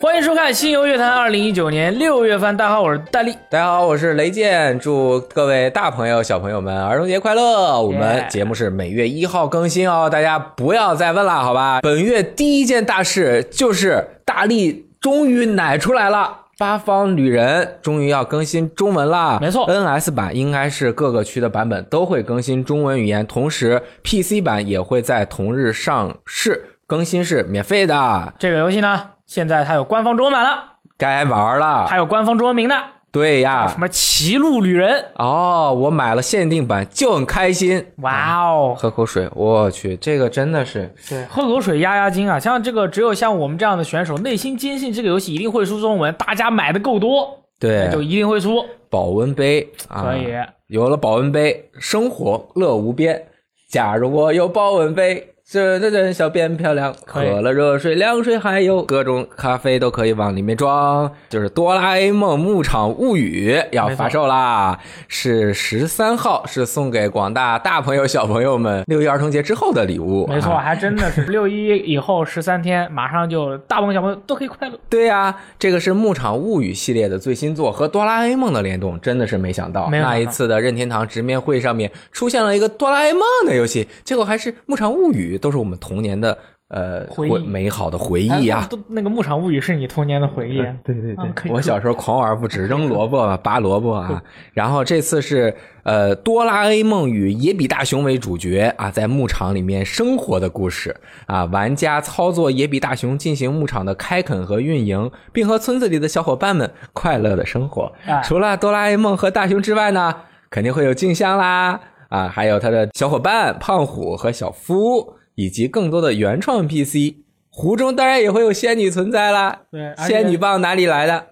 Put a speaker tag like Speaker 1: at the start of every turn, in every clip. Speaker 1: 欢迎收看《新游乐坛》二零一九年六月份，大家好，我是戴笠。
Speaker 2: 大家好，我是雷健，祝各位大朋友、小朋友们儿童节快乐！我们
Speaker 1: Yeah
Speaker 2: 节目是每月一号更新哦，大家不要再问了，好吧？本月第一件大事就是大力终于奶出来了。八方旅人终于要更新中文啦，
Speaker 1: 没错
Speaker 2: NS 版应该是各个区的版本都会更新中文语言，同时 PC 版也会在同日上市，更新是免费的，
Speaker 1: 这个游戏呢，现在它有官方中文版了，
Speaker 2: 该玩了
Speaker 1: 还。有官方中文名的，
Speaker 2: 对呀，
Speaker 1: 什么《歧路旅人
Speaker 2: 哦，我买了限定版就很开心。》。
Speaker 1: 哇哦，
Speaker 2: 喝口水，我去，这个真的是
Speaker 1: 对，喝口水压压惊啊！像这个，只有像我们这样的选手，内心坚信这个游戏一定会出中文，大家买的够多，那
Speaker 2: 对
Speaker 1: 就一定会出。
Speaker 2: 哎保温杯啊，
Speaker 1: 可以，
Speaker 2: 有了保温杯，生活乐无边。假如我有保温杯，真的真小变漂亮。
Speaker 1: 可以
Speaker 2: 喝了热水、凉水，还有各种咖啡都可以往里面装。就是《哆啦 A 梦牧场物语》要
Speaker 1: 没错
Speaker 2: 发售啦，是十三号，是送给广大大朋友、小朋友们六一儿童节之后的礼物。
Speaker 1: 没错，
Speaker 2: 啊
Speaker 1: 还真的是六一以后十三天，马上就大朋友小朋友都可以快乐。
Speaker 2: 对呀、这个是《牧场物语》系列的最新作，和《哆啦 A 梦》的联动，真的是没想到。
Speaker 1: 没有想到
Speaker 2: 那一次的任天堂直面会上面出现了一个《哆啦 A 梦》的游戏，结果还是《牧场物语》，都是我们童年的呃
Speaker 1: 回忆
Speaker 2: 美好的回忆啊
Speaker 1: 哎
Speaker 2: 呀、
Speaker 1: 都那个《牧场物语》是你童年的回忆。
Speaker 2: 啊对对
Speaker 1: 嗯可以
Speaker 2: 我小时候狂玩不止，扔萝卜啊、拔萝卜啊。 然后这次是呃，哆啦 A 梦与野比大雄为主角啊，在牧场里面生活的故事啊，玩家操作野比大雄进行牧场的开垦和运营，并和村子里的小伙伴们快乐的生活。
Speaker 1: 哎
Speaker 2: 除了哆啦 A 梦和大雄之外呢，肯定会有静香啦，啊，还有他的小伙伴胖虎和小夫，以及更多的原创 NPC。湖中当然也会有仙女存在啦，
Speaker 1: 对而且
Speaker 2: 仙女棒哪里来的？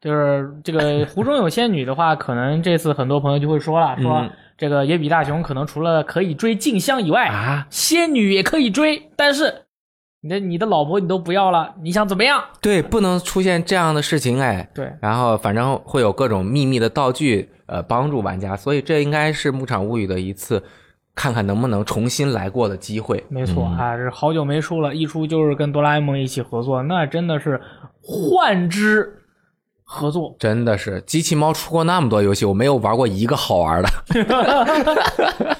Speaker 1: 就是这个湖中有仙女的话，可能这次很多朋友就会说了，说
Speaker 2: 嗯
Speaker 1: 这个野比大雄可能除了可以追静香以外，
Speaker 2: 啊，
Speaker 1: 仙女也可以追，但是你的你的老婆你都不要了，你想怎么样？
Speaker 2: 对，不能出现这样的事情哎。
Speaker 1: 对，
Speaker 2: 然后反正会有各种秘密的道具，呃，帮助玩家，所以这应该是《牧场物语》的一次，看看能不能重新来过的机会。
Speaker 1: 没错啊，这好久没出了，一出就是跟哆啦 A 梦一起合作，那真的是幻之合作。
Speaker 2: 真的是，机器猫出过那么多游戏，我没有玩过一个好玩的。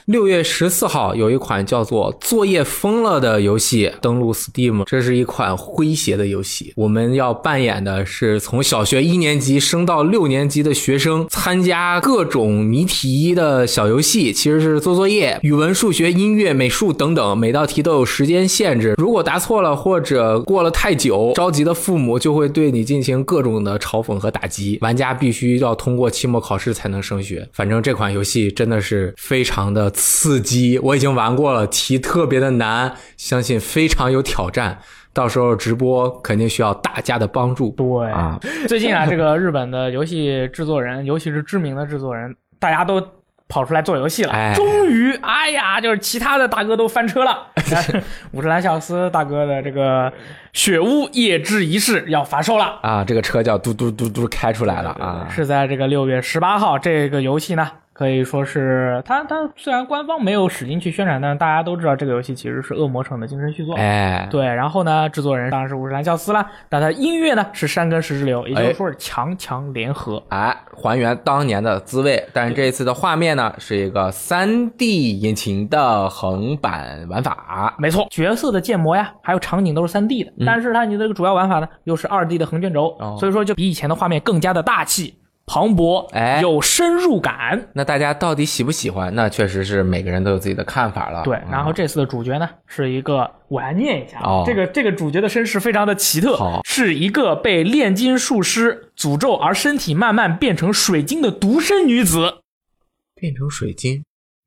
Speaker 2: 六月十四号有一款叫做《作业疯了》的游戏登陆 Steam，这是一款诙谐的游戏。我们要扮演的是从小学一年级升到六年级的学生，参加各种谜题的小游戏，其实是做作业，语文、数学、音乐、美术等等，每道题都有时间限制。如果答错了或者过了太久，着急的父母就会对你进行各种的嘲讽和打击。玩家必须要通过期末考试才能升学。反正这款游戏真的是非常的刺激，我已经玩过了，题特别的难，相信非常有挑战。到时候直播肯定需要大家的帮助。
Speaker 1: 对
Speaker 2: 啊，
Speaker 1: 最近啊，这个日本的游戏制作人，尤其是知名的制作人，大家都跑出来做游戏了。
Speaker 2: 哎
Speaker 1: 终于，哎呀，就是其他的大哥都翻车 了。但是五十岚孝司大哥的这个《雪屋夜之仪式》要发售了。
Speaker 2: 啊，这个车叫嘟嘟嘟嘟开出来了啊！
Speaker 1: 是在这个六月十八号，这个游戏呢，可以说是它它虽然官方没有使劲去宣传，但是大家都知道这个游戏其实是恶魔城的精神续作。
Speaker 2: 哎，
Speaker 1: 对，然后呢，制作人当然是五十岚孝司啦，但他音乐呢是山根十之流，也就是说是强强联合。
Speaker 2: 哎，还原当年的滋味。但是这一次的画面呢，是一个3 D 引擎的横版玩法。
Speaker 1: 没错，角色的建模呀，还有场景都是3 D 的，但是它你这个主要玩法呢，又是2 D 的横卷轴，
Speaker 2: 嗯哦
Speaker 1: 所以说就比以前的画面更加的大气、磅礴，
Speaker 2: 哎
Speaker 1: 有深入感。
Speaker 2: 那大家到底喜不喜欢？那确实是每个人都有自己的看法了。
Speaker 1: 对
Speaker 2: 嗯，
Speaker 1: 然后这次的主角呢，是一个，我来念一下啊
Speaker 2: 哦
Speaker 1: 这个这个主角的身世非常的奇特
Speaker 2: 好，
Speaker 1: 是一个被炼金术师诅咒而身体慢慢变成水晶的独身女子。
Speaker 2: 变成水晶，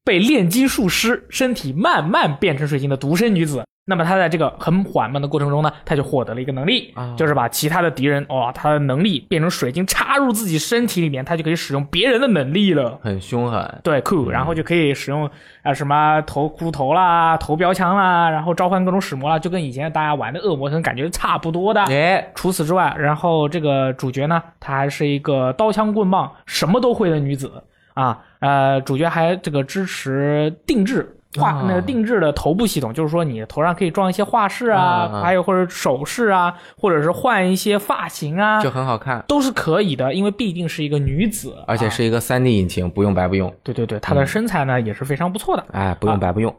Speaker 1: 被炼金术师身体慢慢变成水晶的独身女子。那么她在这个很缓慢的过程中呢，她就获得了一个能力，
Speaker 2: 啊
Speaker 1: 就是把其他的敌人哦，她的能力变成水晶插入自己身体里面，她就可以使用别人的能力了。
Speaker 2: 很凶狠。
Speaker 1: 对，酷，然后就可以使用啊、呃什么投骷髅头啦、投标枪啦，然后召唤各种使魔啦，就跟以前大家玩的恶魔城感觉差不多的。
Speaker 2: 哎，
Speaker 1: 除此之外，然后这个主角呢，她还是一个刀枪棍棒什么都会的女子。啊，呃，主角还这个支持定制。画
Speaker 2: 啊
Speaker 1: 那个定制的头部系统，就是说你头上可以装一些画饰啊，
Speaker 2: 啊啊
Speaker 1: 还有或者首饰啊，或者是换一些发型啊，
Speaker 2: 就很好看，
Speaker 1: 都是可以的，因为毕竟是一个女子，
Speaker 2: 而且是一个 3D 引擎，不用白不用。
Speaker 1: 对对对，
Speaker 2: 嗯
Speaker 1: 她的身材呢、也是非常不错的。
Speaker 2: 哎，不用白不用。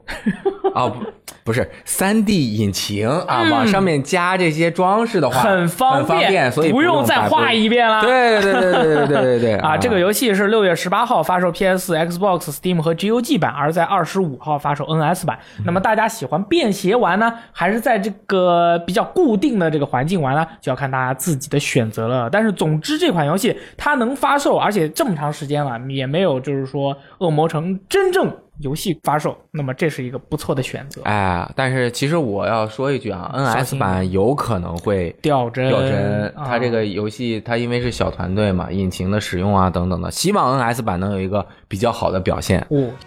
Speaker 2: 哦，不不是3 D 引擎啊，往上面加这些装饰的话，
Speaker 1: 很
Speaker 2: 很
Speaker 1: 方
Speaker 2: 便，所以
Speaker 1: 不
Speaker 2: 用
Speaker 1: 再
Speaker 2: 白
Speaker 1: 画一遍了。
Speaker 2: 对对对对对对对对
Speaker 1: 啊，这个游戏是六月十八号发售 PS、Xbox、Steam 和 GOG 版，而在二十五号发售 NS 版。那么
Speaker 2: 嗯
Speaker 1: 大家喜欢便携玩呢，还是在这个比较固定的这个环境玩呢？就要看大家自己的选择了。但是总之，这款游戏它能发售，而且这么长时间了，也没有就是说《恶魔城》真正游戏发售，那么这是一个不错的选择。
Speaker 2: 哎，但是其实我要说一句啊
Speaker 1: 小
Speaker 2: ，NS
Speaker 1: 心
Speaker 2: 版有可能会
Speaker 1: 掉帧，
Speaker 2: 掉帧，
Speaker 1: 啊
Speaker 2: 它这个游戏它因为是小团队嘛，引擎的使用啊等等的，希望 NS 版能有一个比较好的表现。
Speaker 1: 哦，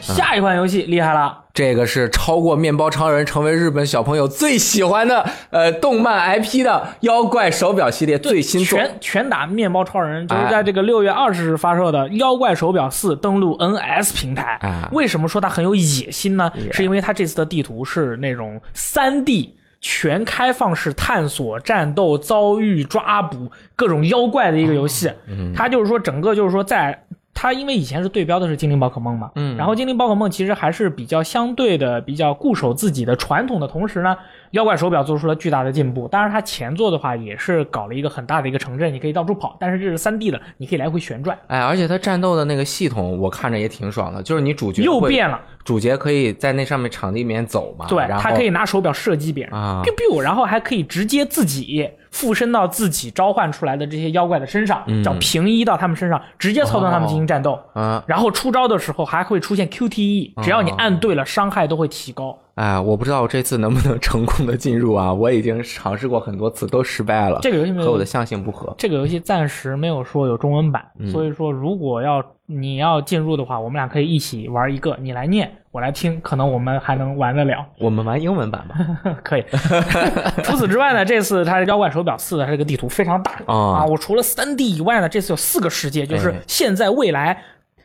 Speaker 1: 下一款游戏厉害了，
Speaker 2: 这个是超过面包超人成为日本小朋友最喜欢的呃动漫 IP 的妖怪手表系列最嗯新作。
Speaker 1: 拳拳打面包超人，就是
Speaker 2: 哎
Speaker 1: 在这个六月二十日发售的《妖怪手表四》登陆 NS 平台
Speaker 2: 哎。
Speaker 1: 为什么说它很有啊野心呢？是因为它这次的地图是那种三 D。全开放式探索、战斗、遭遇、抓捕各种妖怪的一个游戏，它就是说整个就是说在它因为以前是对标的是精灵宝可梦嘛，嗯，然后精灵宝可梦其实还是比较相对的比较固守自己的传统的同时呢，妖怪手表做出了巨大的进步。当然，它前作的话也是搞了一个很大的一个城镇，你可以到处跑，但是这是三 D 的，你可以来回旋转，
Speaker 2: 哎，而且它战斗的那个系统，我看着也挺爽的，就是你主角
Speaker 1: 又
Speaker 2: 会
Speaker 1: 变了，
Speaker 2: 主角可以在那上面场地里面走嘛，
Speaker 1: 对，
Speaker 2: 啊然后
Speaker 1: 它可以拿手表射击别人
Speaker 2: 啊
Speaker 1: biu biu，然后还可以直接自己附身到自己召唤出来的这些妖怪的身上，
Speaker 2: 嗯
Speaker 1: 叫平移到他们身上，直接操纵他
Speaker 2: 哦
Speaker 1: 们进行战斗。
Speaker 2: 啊，
Speaker 1: 然后出招的时候还会出现 E，
Speaker 2: 哦
Speaker 1: QTE，只要你按对了，伤害都会提高。
Speaker 2: 哎，我不知道我这次能不能成功的进入啊，我已经尝试过很多次，都失败了，
Speaker 1: 这个游戏没
Speaker 2: 和我
Speaker 1: 有
Speaker 2: 的，象性不合。
Speaker 1: 这个游戏暂时没有说有中文版，
Speaker 2: 嗯
Speaker 1: 所以说如果要你要进入的话，我们俩可以一起玩一个，你来念，我来听，可能我们还能玩得了。
Speaker 2: 我们玩英文版吧。
Speaker 1: 可以。除此之外呢，这次它《妖怪手表四》的这个地图非常大、
Speaker 2: 啊
Speaker 1: 啊！我除了三 D 以外呢，这次有四个世界，就是
Speaker 2: 哎
Speaker 1: 现在、未来、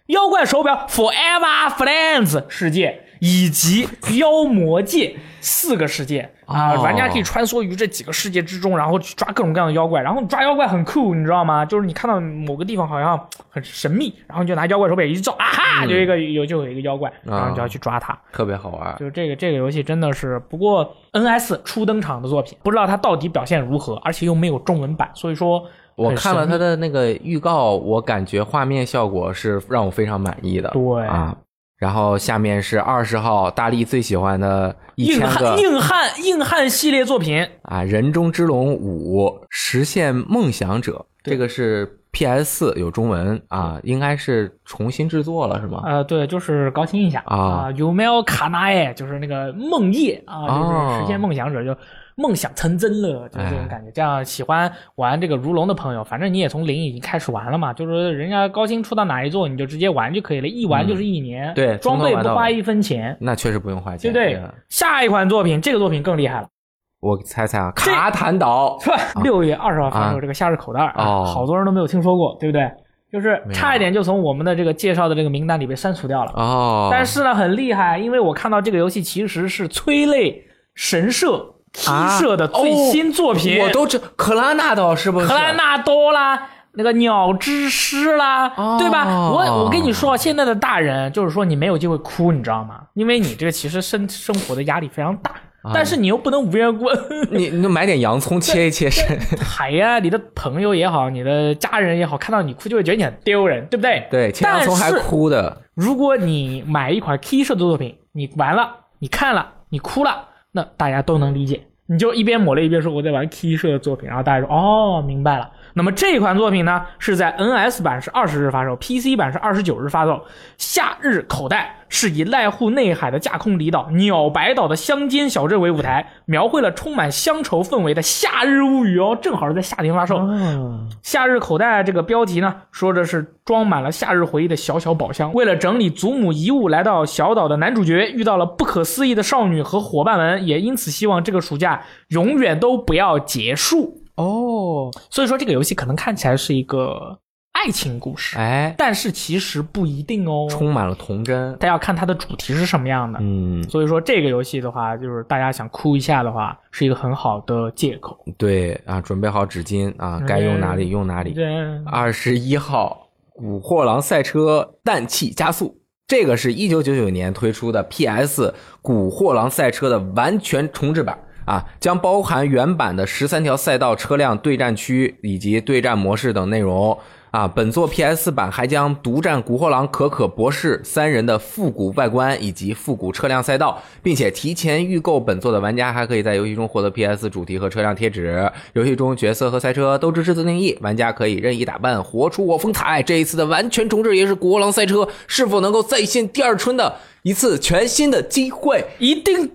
Speaker 1: 妖怪手表 Forever Friends 世界。以及妖魔界四个世界啊，
Speaker 2: 哦
Speaker 1: 玩家可以穿梭于这几个世界之中，然后去抓各种各样的妖怪。然后你抓妖怪很酷，你知道吗？就是你看到某个地方好像很神秘，然后你就拿妖怪手表一照，啊哈，
Speaker 2: 嗯
Speaker 1: 就有一个有就有一个妖怪，然后你就
Speaker 2: 啊
Speaker 1: 要去抓它。
Speaker 2: 特别好玩。
Speaker 1: 就是这个这个游戏真的是，不过 NS 初登场的作品，不知道它到底表现如何，而且又没有中文版，所以说
Speaker 2: 我
Speaker 1: 很
Speaker 2: 看了
Speaker 1: 神秘
Speaker 2: 它的那个预告，我感觉画面效果是让我非常满意的。
Speaker 1: 对
Speaker 2: 啊，然后下面是二十号大力最喜欢的一
Speaker 1: 硬
Speaker 2: 千个
Speaker 1: 汉硬汉硬汉系列作品，
Speaker 2: 啊，《人中之龙五》实现梦想者，这个是 PS 四有中文啊，应该是重新制作了是吗？
Speaker 1: 呃，对，就是高清一下
Speaker 2: 啊
Speaker 1: 啊，有没有卡纳耶，就是那个梦夜啊，就是
Speaker 2: 哦
Speaker 1: 实现梦想者，就梦想成真了，就是这种
Speaker 2: 哎
Speaker 1: 感觉。这样喜欢玩这个如龙的朋友，反正你也从零已经开始玩了嘛，就是人家高清出到哪一座你就直接玩就可以了，一玩就是一年，
Speaker 2: 嗯对
Speaker 1: 装
Speaker 2: 从头
Speaker 1: 备
Speaker 2: 玩
Speaker 1: 不
Speaker 2: 到
Speaker 1: 花
Speaker 2: 尾哎
Speaker 1: 一分钱，
Speaker 2: 那确实不用花钱。嗯
Speaker 1: 对不对
Speaker 2: 个？
Speaker 1: 下一款作品，这个作品更厉害了。
Speaker 2: 我猜猜啊，卡坦岛
Speaker 1: 是吧？ 六月二十号发售
Speaker 2: 啊
Speaker 1: 这个夏日口袋啊，
Speaker 2: 哦
Speaker 1: 好多人都没有听说过，对不对？就是差一点就从我们的这个介绍的这个名单里被删除掉了。
Speaker 2: 哦，
Speaker 1: 但是呢，很厉害，因为我看到这个游戏其实是催泪神社 T
Speaker 2: 啊哦
Speaker 1: 社的最新作品，
Speaker 2: 我都知克拉纳岛是不是？
Speaker 1: 荷兰纳多啦。那个鸟之诗啦，
Speaker 2: 哦
Speaker 1: 对吧？我我跟你说，现在的大人就是说你没有机会哭，你知道吗？因为你这个其实生生活的压力非常大，
Speaker 2: 哎
Speaker 1: 但是你又不能无缘无故
Speaker 2: 你你买点洋葱切一切身。
Speaker 1: 海呀、你的朋友也好，你的家人也好，看到你哭就会觉得你很丢人，对不对？
Speaker 2: 对，切洋
Speaker 1: 但
Speaker 2: 葱还
Speaker 1: 是
Speaker 2: 哭的。
Speaker 1: 如果你买一款 T 社的作品，你玩了，你看了，你哭了，那大家都能理解。你就一边抹泪一边说我在玩 T 社的作品，然后大家说哦明白了。那么这款作品呢，是在 NS 版是二十日发售，PC 版是二十九日发售。夏日口袋是以濑户内海的架空离岛鸟白岛的乡间小镇为舞台，描绘了充满乡愁氛围的夏日物语哦，正好是在夏天发售。夏日口袋啊这个标题呢，说的是装满了夏日回忆的小小宝箱。为了整理祖母遗物，来到小岛的男主角遇到了不可思议的少女和伙伴们，也因此希望这个暑假永远都不要结束。
Speaker 2: 哦，
Speaker 1: 所以说，这个游戏可能看起来是一个爱情故事，
Speaker 2: 哎，
Speaker 1: 但是其实不一定哦。
Speaker 2: 充满了童真。
Speaker 1: 但要看它的主题是什么样的。
Speaker 2: 嗯，
Speaker 1: 所以说，这个游戏的话，就是大家想哭一下的话，是一个很好的借口。
Speaker 2: 对啊，准备好纸巾
Speaker 1: 嗯
Speaker 2: 啊，该用哪里用哪里。
Speaker 1: 对，
Speaker 2: 二十一号，《古惑狼赛车氮气加速》，这个是一九九九年推出的 PS《古惑狼赛车》的完全重置版啊，将包含原版的十三条赛道、车辆、对战区以及对战模式等内容。啊，本作 PS 版还将独占古惑狼可可博士三人的复古外观以及复古车辆赛道，并且提前预购本作的玩家还可以在游戏中获得 PS 主题和车辆贴纸。游戏中角色和赛车都支持自定义，玩家可以任意打扮，活出我风采。这一次的完全重置也是古惑狼赛车是否能够再现第二春的一次全新的机会。
Speaker 1: 一定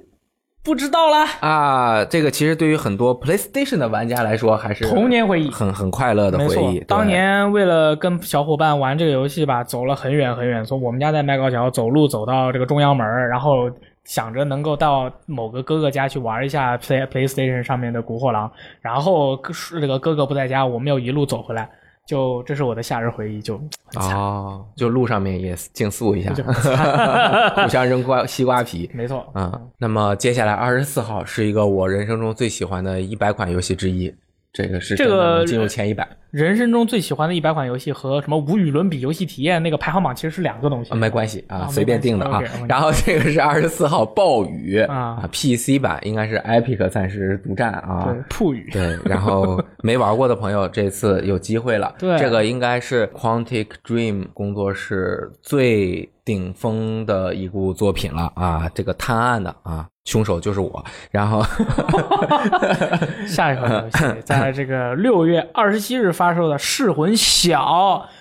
Speaker 1: 不知道啦。
Speaker 2: 啊，这个其实对于很多 PlayStation 的玩家来说，还是
Speaker 1: 童年回忆
Speaker 2: 很很快乐的
Speaker 1: 没
Speaker 2: 回
Speaker 1: 错
Speaker 2: 忆。，对
Speaker 1: 当年为了跟小伙伴玩这个游戏吧，走了很远很远，从我们家在麦高桥走路走到这个中央门儿，然后想着能够到某个哥哥家去玩一下 Play PlayStation 上面的《古惑狼》，然后哥这个哥哥不在家，我们又一路走回来，就这是我的夏日回忆，就很惨，
Speaker 2: 哦，就路上面也竞速一下，
Speaker 1: 就很惨
Speaker 2: 互相扔瓜西瓜皮。
Speaker 1: 没错，
Speaker 2: 啊、那么接下来二十四号是一个我人生中最喜欢的一百款游戏之一，这个是
Speaker 1: 这
Speaker 2: 真的
Speaker 1: 个
Speaker 2: 能进入前一百啊
Speaker 1: 人生中最喜欢的一百款游戏和什么无与伦比游戏体验那个排行榜其实是两个东西
Speaker 2: 啊，，没关系啊
Speaker 1: 啊，
Speaker 2: 随便定的
Speaker 1: 没
Speaker 2: 啊
Speaker 1: 关系，OK，OK。
Speaker 2: 然后这个是二十四号暴雨
Speaker 1: 啊
Speaker 2: ，PC 版应该是 Epic 暂时独占啊
Speaker 1: 对，，铺语，
Speaker 2: 对，然后没玩过的朋友，这次有机会了。
Speaker 1: 对
Speaker 2: 这个应该是 Quantic Dream 工作室最顶峰的一部作品了啊！这个探案的啊，凶手就是我。然后
Speaker 1: 下一款游戏在这个六月二十七日发售的《噬魂小》，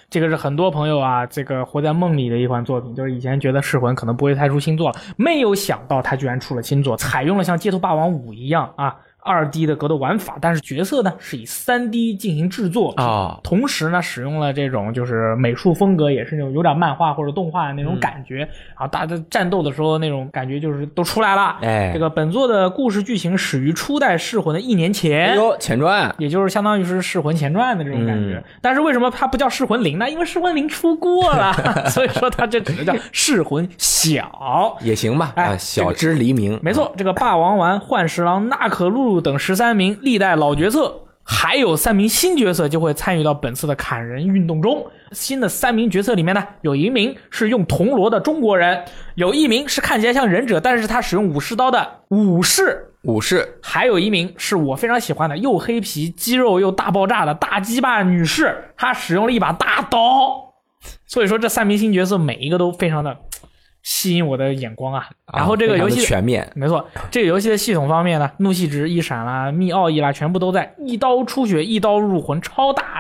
Speaker 1: 这个是很多朋友啊，这个活在梦里的一款作品。就是以前觉得《噬魂》可能不会太出新作了，没有想到它居然出了新作，采用了像《街头霸王五》一样啊。二 D 的格斗玩法，但是角色呢是以三 D 进行制作
Speaker 2: 哦
Speaker 1: 同时呢使用了这种就是美术风格也是那种有点漫画或者动画的那种感觉，然后大家战斗的时候那种感觉就是都出来了。
Speaker 2: 哎
Speaker 1: 这个本作的故事剧情始于初代噬魂的一年
Speaker 2: 哎
Speaker 1: 前。
Speaker 2: 呦，嗯前传
Speaker 1: 也就是相当于是《噬魂前传》的这种感觉，但是为什么它不叫《噬魂零》呢？因为《噬魂零》出过 了，所以说它这只能叫《噬魂小》。
Speaker 2: 也行吧？啊，
Speaker 1: 哎
Speaker 2: 小之黎明，
Speaker 1: 没错，这个霸王丸、幻十郎、纳可露露等十三名历代老角色，还有三名新角色就会参与到本次的砍人运动中。新的三名角色里面呢，有一名是用铜锣的中国人，有一名是看起来像忍者，但是他使用武士刀的武士。
Speaker 2: 武士
Speaker 1: 还有一名是我非常喜欢的，又黑皮、肌肉又大爆炸的大鸡巴女士，她使用了一把大刀，所以说这三名新角色每一个都非常的吸引我的眼光啊。
Speaker 2: 啊
Speaker 1: 然后这个
Speaker 2: 非常
Speaker 1: 游
Speaker 2: 地
Speaker 1: 戏、
Speaker 2: 全面，
Speaker 1: 没错，这个游戏的系统方面呢，怒气值、一闪啦、密奥义啦，全部都在，一刀出血，一刀入魂，超大，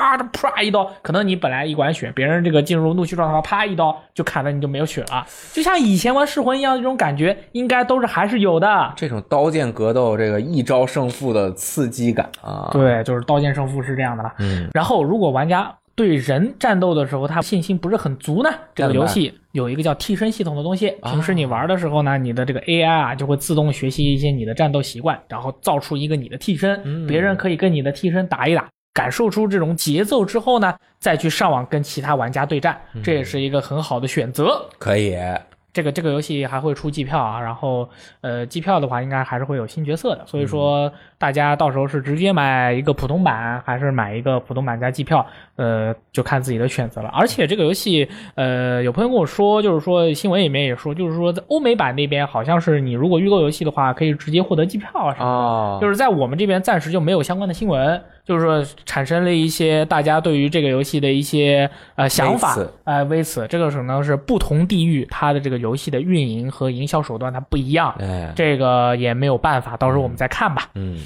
Speaker 1: 啊、啪一刀，可能你本来一管血，别人这个进入怒气状态，啪一刀就砍了，你就没有血了，就像以前玩噬魂一样，这种感觉应该都是还是有的。
Speaker 2: 这种刀剑格斗，这个一招胜负的刺激感啊，
Speaker 1: 对，就是刀剑胜负是这样的啦。
Speaker 2: 嗯，
Speaker 1: 然后如果玩家对人战斗的时候他信心不是很足呢，这个游戏有一个叫替身系统的东西，平时你玩的时候呢，你的这个 AI 啊就会自动学习一些你的战斗习惯，然后造出一个你的替身，别人可以跟你的替身打一打。感受出这种节奏之后呢，再去上网跟其他玩家对战，这也是一个很好的选择。
Speaker 2: 可以。
Speaker 1: 这个这个游戏还会出季票啊，然后呃，季票的话应该还是会有新角色的，所以说大家到时候是直接买一个普通版，还是买一个普通版加季票，呃，就看自己的选择了。而且这个游戏，呃，有朋友跟我说，就是说新闻里面也说，就是说在欧美版那边好像是你如果预购游戏的话，可以直接获得季票啊什么的。
Speaker 2: 哦，
Speaker 1: 就是在我们这边暂时就没有相关的新闻，就是说产生了一些大家对于这个游戏的一些呃想法
Speaker 2: 此，
Speaker 1: 呃，为此这个可能是不同地域它的这个游戏的运营和营销手段它不一样，
Speaker 2: 哎，
Speaker 1: 这个也没有办法，到时候我们再看吧。
Speaker 2: 嗯，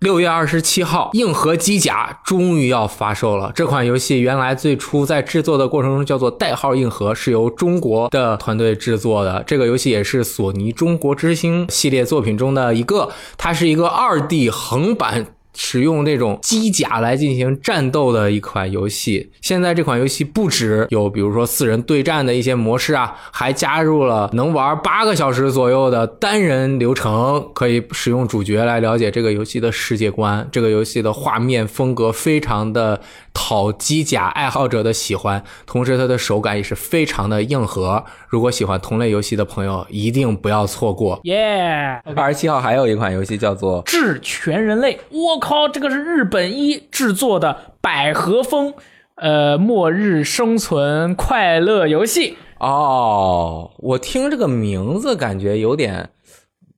Speaker 2: 六月二十七号，《硬核机甲》终于要发售了。这款游戏原来最初在制作的过程中叫做代号“硬核”，是由中国的团队制作的。这个游戏也是索尼中国之星系列作品中的一个，它是一个二 D 横版。使用这种机甲来进行战斗的一款游戏。现在这款游戏不止有比如说四人对战的一些模式啊，还加入了能玩八个小时左右的单人流程，可以使用主角来了解这个游戏的世界观。这个游戏的画面风格非常的讨机甲爱好者的喜欢，同时它的手感也是非常的硬核。如果喜欢同类游戏的朋友，一定不要错过。
Speaker 1: 耶！
Speaker 2: 嗯
Speaker 3: 二十七号还有一款游戏叫做
Speaker 1: 致全人类，我靠，这个是日本一制作的百合风，呃，末日生存快乐游戏。
Speaker 2: 哦，
Speaker 3: 我听这个名字感觉有点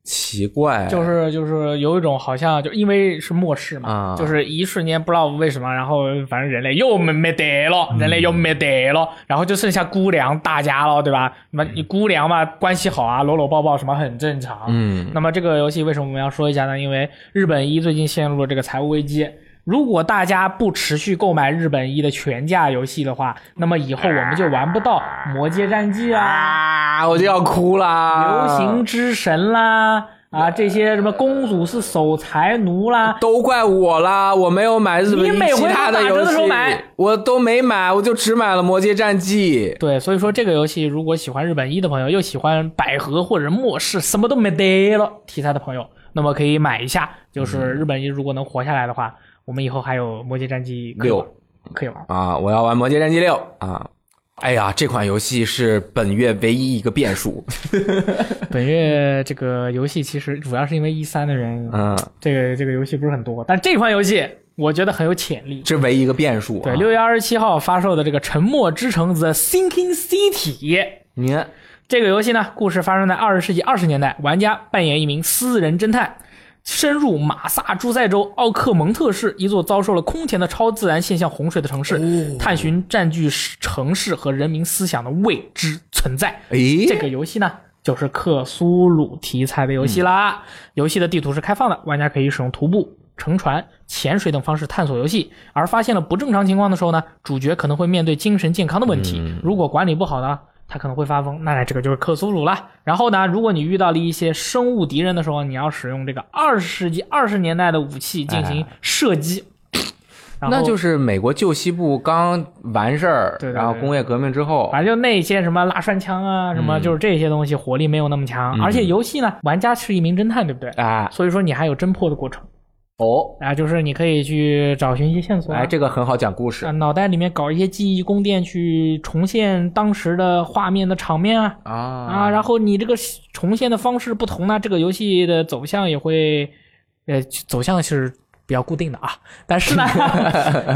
Speaker 3: 奇怪，
Speaker 1: 就是就是有一种好像就因为是末世嘛，
Speaker 3: 啊
Speaker 1: 就是一瞬间不知道为什么，然后反正人类又没没得了，
Speaker 3: 嗯
Speaker 1: 人类又没得了，然后就剩下姑娘大家了，对吧？那么你姑娘嘛，关系好啊，搂搂抱抱什么很正常。
Speaker 3: 嗯，
Speaker 1: 那么这个游戏为什么我们要说一下呢？因为日本一最近陷入了这个财务危机。如果大家不持续购买日本一的全价游戏的话，那么以后我们就玩不到《魔界战记》啊、
Speaker 2: 啊，我就要哭啦！
Speaker 1: 流行之神啦啊这些什么公主是守财奴啦，
Speaker 2: 都怪我啦！我没有买日本
Speaker 1: 你每回
Speaker 2: 其他
Speaker 1: 都打折
Speaker 2: 游
Speaker 1: 的时候
Speaker 2: 戏
Speaker 1: 买，
Speaker 2: 我都没买，我就只买了《魔界战记
Speaker 1: 对，所以说这个游戏如果喜欢日本一的朋友，又喜欢百合或者末世什么都没得了题材的朋友，那么可以买一下。就是日本一如果能活下来的话，我们以后还有《魔界战记》可以玩
Speaker 2: 六
Speaker 1: 可以玩。》
Speaker 2: 啊！我要玩《魔界战记六》啊！哎呀，这款游戏是本月唯一一个 变数。
Speaker 1: 本月这个游戏其实主要是因为一三的原因，
Speaker 2: 嗯，
Speaker 1: 这个这个游戏不是很多，但这款游戏我觉得很有潜力。
Speaker 2: 这唯一一个变数、啊。
Speaker 1: 对，六月二十七号发售的这个《沉默之城》The Sinking City，
Speaker 2: 你看
Speaker 1: 这个游戏呢，故事发生在二十世纪二十年代，玩家扮演一名私人侦探，深入马萨诸塞州奥克蒙特市一座遭受了空前的超自然现象洪水的城市，探寻占据城市和人民思想的未知存在。
Speaker 2: 诶，
Speaker 1: 这个游戏呢，就是克苏鲁题材的游戏啦。游戏的地图是开放的，玩家可以使用徒步、乘船、潜水等方式探索游戏。而发现了不正常情况的时候呢，主角可能会面对精神健康的问题，
Speaker 2: 嗯
Speaker 1: 如果管理不好呢。他可能会发疯，那这个就是克苏鲁啦。然后呢，如果你遇到了一些生物敌人的时候，你要使用这个二十世纪二十年代的武器进行射击， 然后
Speaker 2: 哎那就是美国旧西部刚完事儿，
Speaker 1: 对对对
Speaker 2: 然后工业革命之后，
Speaker 1: 反正就那些什么拉栓枪
Speaker 2: 嗯
Speaker 1: 啊，什么就是这些东西火力没有那么强，而且游戏呢，玩家是一名侦探，对不对？
Speaker 2: 哎
Speaker 1: 所以说你还有侦破的过程
Speaker 2: 哦，
Speaker 1: 啊，就是你可以去找寻一些线索啊、
Speaker 2: 哎，这个很好讲故事
Speaker 1: 啊，脑袋里面搞一些记忆宫殿去重现当时的画面的场面啊
Speaker 2: 啊
Speaker 1: 啊，然后你这个重现的方式不同呢，这个游戏的走向也会，呃，走向是比较固定的啊，但是 呢，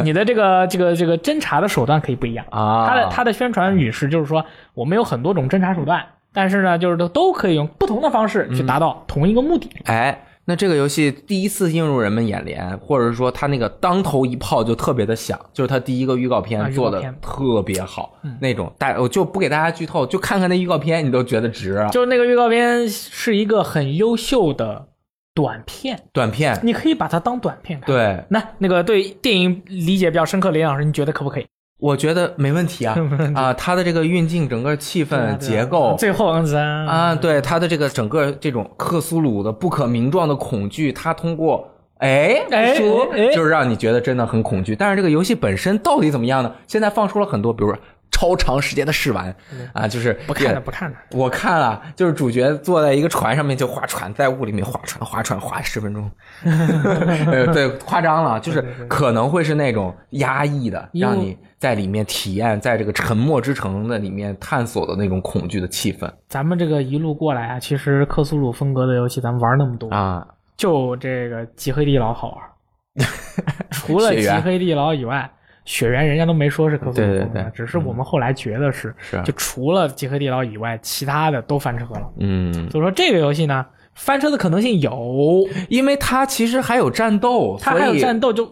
Speaker 1: 你的这个这个这个侦查的手段可以不一样
Speaker 2: 啊！
Speaker 1: 它的它的宣传语是，就是说我们有很多种侦查手段，但是呢，就是都都可以用不同的方式
Speaker 2: 嗯
Speaker 1: 去达到同一个目的。
Speaker 2: 哎，那这个游戏第一次映入人们眼帘，或者说它那个当头一炮就特别的响，就是它第一个预告
Speaker 1: 啊
Speaker 2: 片
Speaker 1: 预告
Speaker 2: 做的
Speaker 1: 片嗯
Speaker 2: 特别好，那种大我就不给大家剧透，就看看那预告片，你都觉得值啊。
Speaker 1: 就是那个预告片是一个很优秀的短片，
Speaker 2: 短片，
Speaker 1: 你可以把它当短片看。，
Speaker 2: 对
Speaker 1: 那那个对电影理解比较深刻的林老师，你觉得可不可以？
Speaker 2: 我觉得没 问题啊啊，它的这个运镜、整个气
Speaker 1: 啊
Speaker 2: 氛、呃结构。
Speaker 1: 最后嗯
Speaker 2: 啊，对它的这个整个这种克苏鲁的不可名状的恐惧，它通过哎
Speaker 1: 哎
Speaker 2: 说
Speaker 1: 哎哎
Speaker 2: 就是让你觉得真的很恐惧。但是这个游戏本身到底怎么样呢？现在放出了很多，比如说超长时间的试玩啊，就是
Speaker 1: 嗯不看了
Speaker 2: 也
Speaker 1: 不看了。
Speaker 2: 我看了，就是主角坐在一个船上面就划船，在雾里面划船，划船划十 分钟，呃，对，夸张了，就是可能会是那种压抑的，
Speaker 1: 因为
Speaker 2: 让你在里面体验，在这个沉默之城的里面探索的那种恐惧的气氛
Speaker 1: 咱们这个一路过来啊，其实克苏鲁风格的游戏咱们玩那么多，
Speaker 2: 啊。
Speaker 1: 就这个极黑地牢好 玩儿。除了
Speaker 2: 血
Speaker 1: 极
Speaker 2: 缘
Speaker 1: 黑地牢以外，雪原人家都没说是克苏鲁风格
Speaker 2: 对对对嗯
Speaker 1: 只是我们后来觉得是，
Speaker 2: 是啊
Speaker 1: 就除了极黑地牢以外，其他的都翻车了。
Speaker 2: 嗯，
Speaker 1: 所以说这个游戏呢，翻车的可能性有，
Speaker 2: 因为它其实还有战斗，
Speaker 1: 它
Speaker 2: 所
Speaker 1: 还有
Speaker 2: 以
Speaker 1: 战斗就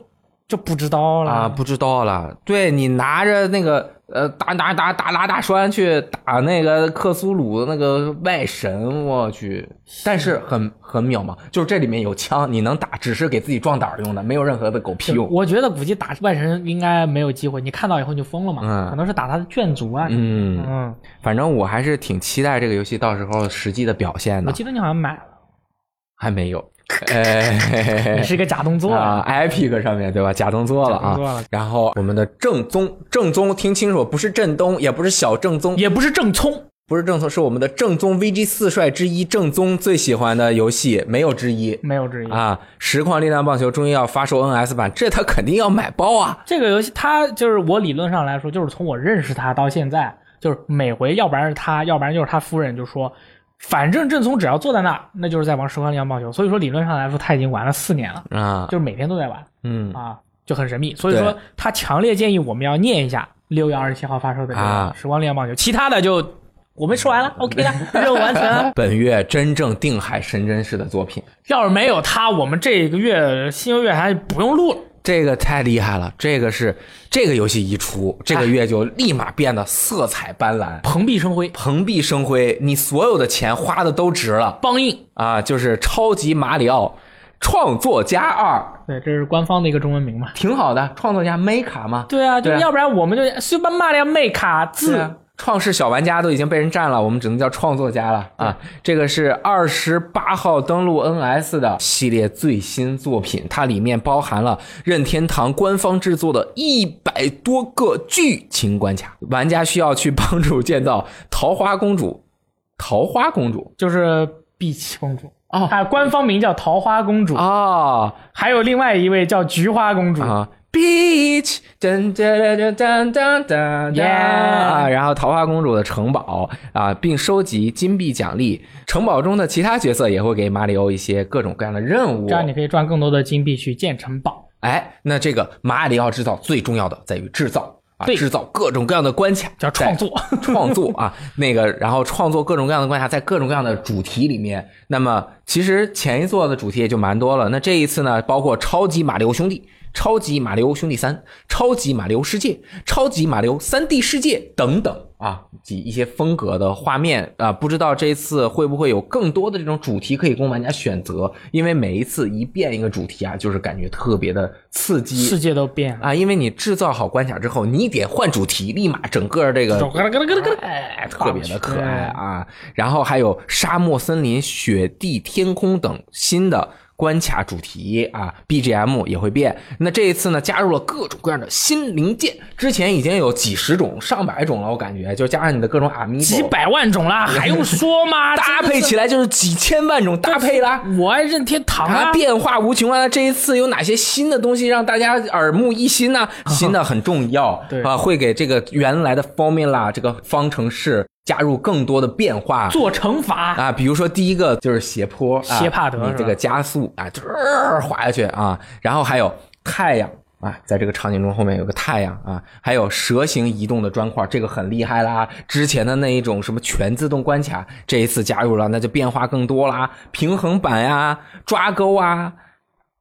Speaker 1: 就不知道了
Speaker 2: 啊，不知道了。对你拿着那个呃打打打打拉大栓去打那个克苏鲁那个外神，我去！但是很很渺茫，就是这里面有枪，你能打，只是给自己壮胆儿用的，没有任何的狗屁用。
Speaker 1: 我觉得估计打外神应该没有机会，你看到以后你就疯了嘛，
Speaker 2: 嗯
Speaker 1: 可能是打他的眷族啊。嗯
Speaker 2: 嗯，反正我还是挺期待这个游戏到时候实际的表现
Speaker 1: 我
Speaker 2: 的，
Speaker 1: 记得你好像买
Speaker 2: 哎
Speaker 1: 了，
Speaker 2: 还没有。哎
Speaker 1: 你，是个假动作
Speaker 2: 啊，Epic 上面对吧？假动作了
Speaker 1: 假
Speaker 2: 啊
Speaker 1: 动作了。
Speaker 2: 然后我们的正宗，正宗听清楚，不是振东，也不是小正宗，
Speaker 1: 也不是正冲，
Speaker 2: 不是正宗，是我们的正宗 VG 四帅之一，正宗最喜欢的游戏，没有之一
Speaker 1: 没有质疑。
Speaker 2: 啊！实况力量棒球终于要发售 NS 版，这他肯定要买包啊！
Speaker 1: 这个游戏它就是我理论上来说，就是从我认识他到现在，就是每回要不然是他，要不然就是他夫人就说，反正正宗只要坐在那儿，那就是在玩《时光力量棒球》。所以说理论上来说，他已经玩了四年了，
Speaker 2: 啊，
Speaker 1: 就是每天都在玩
Speaker 2: 嗯
Speaker 1: 啊，就很神秘。所以说他强烈建议我们要念一下六月二十七号发售的这个
Speaker 2: 啊
Speaker 1: 《时光力量棒球》，其他的就我们说完了，OK 了，任务完成了。
Speaker 2: 本月真正定海神针式的作品，
Speaker 1: 要是没有他，我们这个月新游乐园不用录了。
Speaker 2: 这个太厉害了！这个是这个游戏一出，这个月就立马变得色彩斑斓，
Speaker 1: 蓬荜生辉，
Speaker 2: 蓬荜生辉。你所有的钱花的都值了
Speaker 1: 梆硬。
Speaker 2: 啊！就是《超级马里奥创作家二
Speaker 1: 对，这是官方的一个中文名嘛》，？
Speaker 2: 挺好的，创作家 m 卡嘛，
Speaker 1: 对啊，就
Speaker 2: 对啊
Speaker 1: 要不然我们就 Super Mario Make
Speaker 2: 对
Speaker 1: 字
Speaker 2: 啊，创世小玩家都已经被人占了，我们只能叫创作家了啊！这个是二十八号登陆 NS 的系列最新作品，它里面包含了任天堂官方制作的一百多个剧情关卡，玩家需要去帮助建造桃花公主。桃花公主
Speaker 1: 就是碧琪公主
Speaker 2: 哦
Speaker 1: 它官方名叫桃花公主，
Speaker 2: 啊
Speaker 1: 还有另外一位叫菊花公主。
Speaker 2: 啊！Beach，噔噔噔噔噔噔
Speaker 1: Yeah
Speaker 2: 噔啊！然后桃花公主的城堡啊，并收集金币奖励。城堡中的其他角色也会给马里奥一些各种各样的任务
Speaker 1: 这。样你可以赚更多的金币去建城堡。
Speaker 2: 哎，那这个马里奥制造最重要的在于制造啊，
Speaker 1: 对
Speaker 2: 制造各种各样的关卡，
Speaker 1: 叫创
Speaker 2: 在
Speaker 1: 作
Speaker 2: 创作啊， 那个然后创作各种各样的关卡，在各种各样的主题里面。那么其实前一座的主题也就蛮多了，那这一次呢，包括超级马里奥兄弟。超级马里奥兄弟三、超级马里奥世界、超级马里奥三 D 世界等等啊，及一些风格的画面啊、不知道这次会不会有更多的这种主题可以供玩家选择，因为每一次一变一个主题啊，就是感觉特别的刺激，
Speaker 1: 世界都变了，
Speaker 2: 啊，因为你制造好关卡之后，你得换主题，立马整个这个
Speaker 1: 手咯咯咯咯咯咯
Speaker 2: 哎特别的可爱啊。然后还有沙漠、森林、雪地、天空等新的。关卡主题啊，BGM 也会变。那这一次呢，加入了各种各样的新零件，之前已经有几十种、上百种了，我感觉，就加上你的各种 amiibo，
Speaker 1: 几百万种啦，还用说吗？
Speaker 2: 搭
Speaker 1: 真的
Speaker 2: 配
Speaker 1: 是
Speaker 2: 起来就是几千万种搭配啦。
Speaker 1: 我爱任天堂
Speaker 2: 啊，
Speaker 1: 啊！
Speaker 2: 变化无穷啊！这一次有哪些新的东西让大家耳目一新呢、新的很重要，
Speaker 1: 对
Speaker 2: 啊，会给这个原来的 formula 这个方程式加入更多的变化。
Speaker 1: 做乘法，
Speaker 2: 啊，比如说第一个就是斜坡，啊、
Speaker 1: 斜帕德
Speaker 2: 你这个加速啊，就是滑下去啊，然后还有太阳啊，在这个场景中后面有个太阳啊，还有蛇形移动的砖块，这个很厉害啦。之前的那一种什么全自动关卡，这一次加入了，那就变化更多啦，平衡板呀、抓钩啊，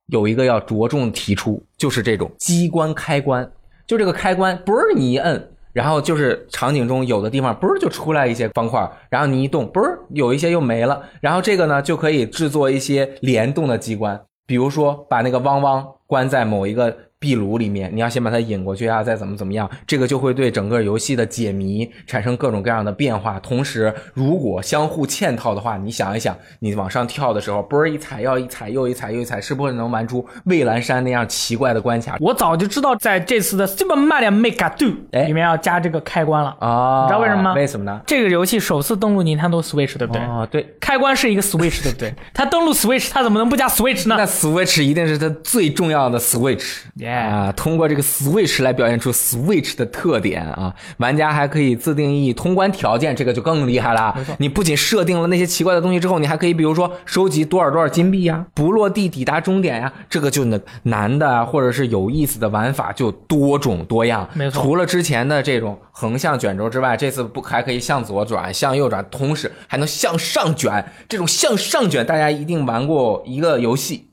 Speaker 2: 有一个要着重提出，就是这种机关开关，就这个开关，嘣儿你一摁。然后就是场景中有的地方嘣儿就出来一些方块，然后你一动嘣儿有一些又没了，然后这个呢就可以制作一些联动的机关，比如说把那个汪汪关在某一个壁炉里面，你要先把它引过去啊，再怎么怎么样，这个就会对整个游戏的解谜产生各种各样的变化。同时，如果相互嵌套的话，你想一想，你往上跳的时候，嘣儿一踩，要一踩又一踩又一踩，是不是能玩出蔚蓝山那样奇怪的关卡
Speaker 1: 我早就知道在这次的 Super Mario Make Do
Speaker 2: 哎
Speaker 1: 里面要加这个开关了。
Speaker 2: 啊？
Speaker 1: 你知道为什么吗
Speaker 2: 为什么呢？
Speaker 1: 这个游戏首次登陆 Nintendo Switch，对不对？
Speaker 2: 哦，对，
Speaker 1: 开关是一个 Switch，对不对？它登陆 Switch，它怎么能不加 Switch 呢？
Speaker 2: 那 Switch 一定是它最重要的 Switch
Speaker 1: Yeah
Speaker 2: 啊！通过这个 Switch 来表现出 Switch 的特点啊！玩家还可以自定义通关条件，这个就更厉害了。你不仅设定了那些奇怪的东西之后，你还可以比如说收集多少多少金币呀、不落地抵达终点呀、这个就能难的啊，或者是有意思的玩法就多种多样。
Speaker 1: 没错
Speaker 2: 除了之前的这种横向卷轴之外，这次不还可以向左转、向右转，同时还能向上卷。这种向上卷，大家一定玩过一个游戏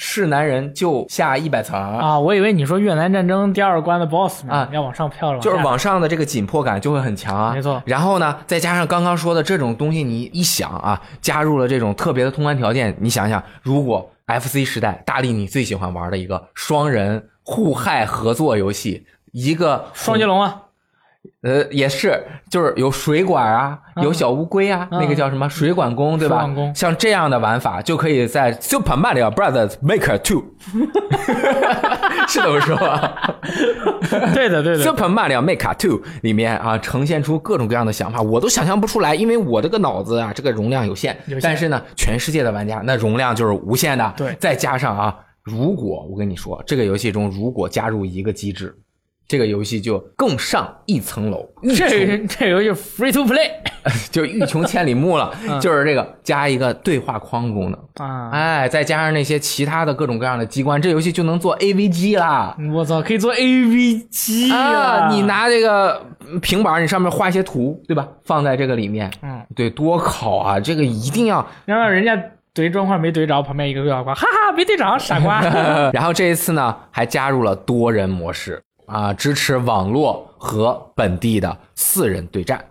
Speaker 2: 是男人就下一百层儿，
Speaker 1: 啊，我以为你说越南战争第二关的 BOSS 呢，
Speaker 2: 啊
Speaker 1: 要往上飘了，
Speaker 2: 就是
Speaker 1: 往下
Speaker 2: 往上的这个紧迫感就会很强啊。
Speaker 1: 没错
Speaker 2: 然后呢，再加上刚刚说的这种东西，你一想啊，加入了这种特别的通关条件，你想想，如果 FC 时代，大力你最喜欢玩的一个双人互害合作游戏，一个
Speaker 1: 双截龙 啊，
Speaker 2: 呃，也是，就是有水管啊，有小乌龟啊，
Speaker 1: 嗯
Speaker 2: 那个叫什么水管工，对吧？
Speaker 1: 水管工
Speaker 2: 像这样的玩法就可以在 Super Mario Brothers Maker Two，是这么说啊吧
Speaker 1: 对的对的，
Speaker 2: ？Super Mario Maker Two 里面啊，呈现出各种各样的想法，我都想象不出来，因为我这个脑子啊，这个容量有限。
Speaker 1: 有限
Speaker 2: 但是呢，全世界的玩家那容量就是无限的。
Speaker 1: 对
Speaker 2: 再加上啊，如果我跟你说，这个游戏中如果加入一个机制，这个游戏就更上一层楼，欲
Speaker 1: 这
Speaker 2: 出
Speaker 1: 个这个就是 free to play
Speaker 2: 就欲穷千里目 了，
Speaker 1: 嗯
Speaker 2: 就是这个加一个对话框功能，
Speaker 1: 啊，
Speaker 2: 哎，再加上那些其他的各种各样的机关，这游戏就能做 AVG 啦。
Speaker 1: 我操，可以做 AV 机
Speaker 2: 啊，你拿这个平板儿，你上面画一些图，对吧？放在这个里面，
Speaker 1: 嗯，
Speaker 2: 对，多考啊！这个一定要
Speaker 1: 然后人家怼砖块没怼着，旁边一个对话框，哈哈，没怼着，傻 瓜。
Speaker 2: 然后这一次呢，还加入了多人模式啊，支持网络和本地的四人对战。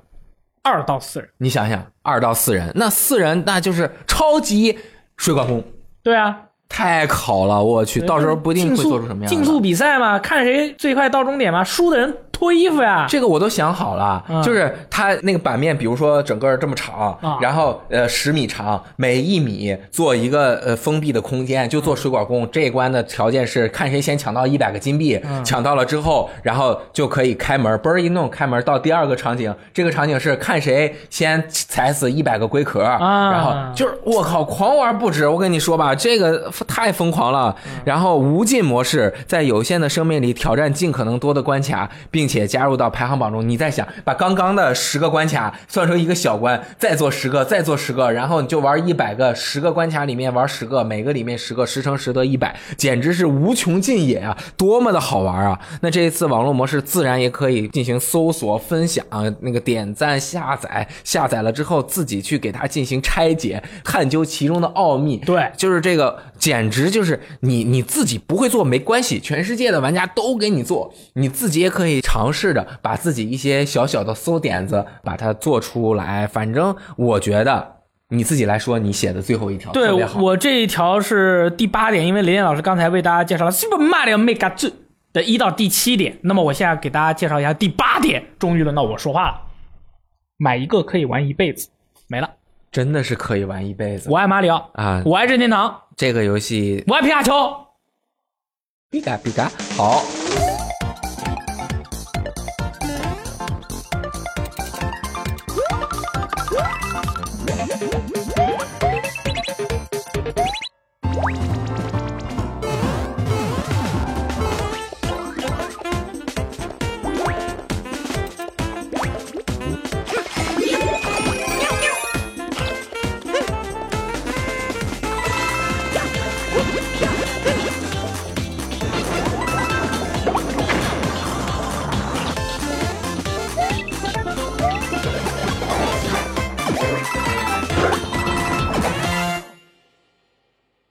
Speaker 1: 二到四人，
Speaker 2: 你想想，二到四人，那四人那就是超级水管工，
Speaker 1: 对啊，
Speaker 2: 太考了，我去，到时候不一定会
Speaker 1: 竞速
Speaker 2: 做出什么样的
Speaker 1: 竞速比赛嘛，看谁最快到终点嘛，输的人脱衣服呀。
Speaker 2: 这个我都想好了，
Speaker 1: 啊嗯
Speaker 2: 就是它那个版面，比如说整个这么长，
Speaker 1: 啊
Speaker 2: 然后呃十米长，每一米做一个呃封闭的空间，就做水管
Speaker 1: 嗯
Speaker 2: 工。这一关的条件是看谁先抢到一百个金币，抢到了之后，然后就可以开门，嘣儿一弄开门到第二个场景，这个场景是看谁先踩死一百个龟壳，
Speaker 1: 啊
Speaker 2: 然后就是我靠，狂玩不止。我跟你说吧，这个太疯狂了。然后无尽模式在有限的生命里挑战尽可能多的关卡，并且加入到排行榜中。你再想把刚刚的十个关卡算成一个小关，再做十个，再做十个，然后你就玩一百个，十个关卡里面玩十个，每个里面十个，十乘十得一百，简直是无穷尽也啊！多么的好玩啊！那这一次网络模式自然也可以进行搜索、分享、啊那个点赞、下载，下载了之后自己去给它进行拆解，探究其中的奥秘。
Speaker 1: 对
Speaker 2: 就是这个，简直就是你你自己不会做没关系，全世界的玩家都给你做，你自己也可以尝试着把自己一些小小的馊点子把它做出来。反正我觉得你自己来说，你写的最后一条
Speaker 1: 对
Speaker 2: 特别好。
Speaker 1: 我这一条是第八点，因为雷电老师刚才为大家介绍了 Super Mario Mega 2的一到第七点，那么我现在给大家介绍一下第八点，终于轮到我说话了。买一个可以玩一辈子，没了。
Speaker 2: 真的是可以玩一辈子
Speaker 1: 我爱马里奥，
Speaker 2: 啊！
Speaker 1: 我爱任天堂，
Speaker 2: 这个游戏
Speaker 1: 我爱皮卡丘，
Speaker 2: 比嘎比嘎好。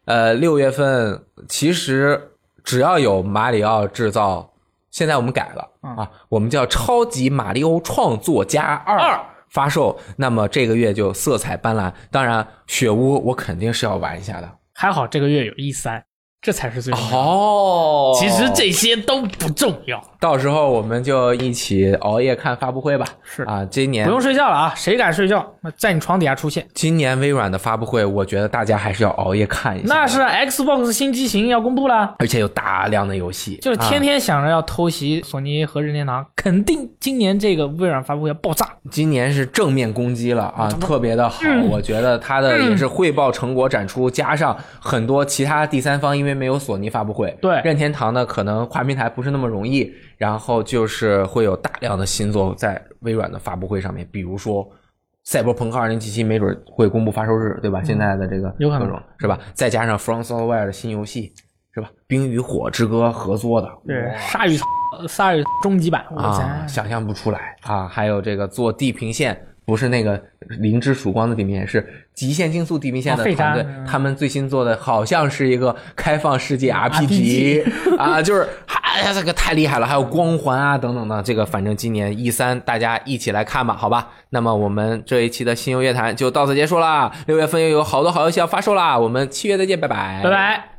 Speaker 2: 呃，六月份其实只要有马里奥制造，现在我们改了、
Speaker 1: 嗯
Speaker 2: 啊，我们叫超级马里奥创作家二。发售，那么这个月就色彩斑斓。当然，雪屋我肯定是要玩一下的。
Speaker 1: 还好这个月有 E 三，这才是最重要的。
Speaker 2: 哦
Speaker 1: 其实这些都不重要，
Speaker 2: 到时候我们就一起熬夜看发布会吧。
Speaker 1: 是
Speaker 2: 啊，今年
Speaker 1: 不用睡觉了啊！谁敢睡觉，那在你床底下出现。
Speaker 2: 今年微软的发布会，我觉得大家还是要熬夜看一下。
Speaker 1: 那是 Xbox 新机型要公布了，
Speaker 2: 而且有大量的游戏，
Speaker 1: 就是天
Speaker 2: 啊
Speaker 1: 天想着要偷袭索尼和任天堂，肯定今年这个微软发布会要爆炸。
Speaker 2: 今年是正面攻击了啊，
Speaker 1: 嗯
Speaker 2: 特别的好。我觉得它的也是汇报成果展出，加上很多其他第三方，因为没有索尼发布会，
Speaker 1: 对
Speaker 2: 任天堂呢可能跨平台不是那么容易，然后就是会有大量的新作在微软的发布会上面，比如说。赛博朋克2077没准会公布发售日，对吧？现在的这个
Speaker 1: 嗯有可能
Speaker 2: 各种是吧？再加上 From Software 的新游戏是吧？《冰与火之歌》合作的，
Speaker 1: 对，鲨鱼鲨鱼终极版，我
Speaker 2: 啊，
Speaker 1: 操！
Speaker 2: 想象不出来啊！还有这个做地平线，不是那个灵之曙光的地平线是极限竞速地平线
Speaker 1: 哦
Speaker 2: 的
Speaker 1: 费
Speaker 2: 团
Speaker 1: 扎
Speaker 2: 队，
Speaker 1: 嗯
Speaker 2: 他们最新做的好像是一个开放世界嗯 RPG 啊，就是哎呀这个太厉害了，还有光环啊等等的，这个反正今年 E 三大家一起来看吧，好吧。那么我们这一期的新游乐坛就到此结束啦，六月份又有好多好游戏要发售啦，我们七月再见，拜拜，
Speaker 1: 拜拜。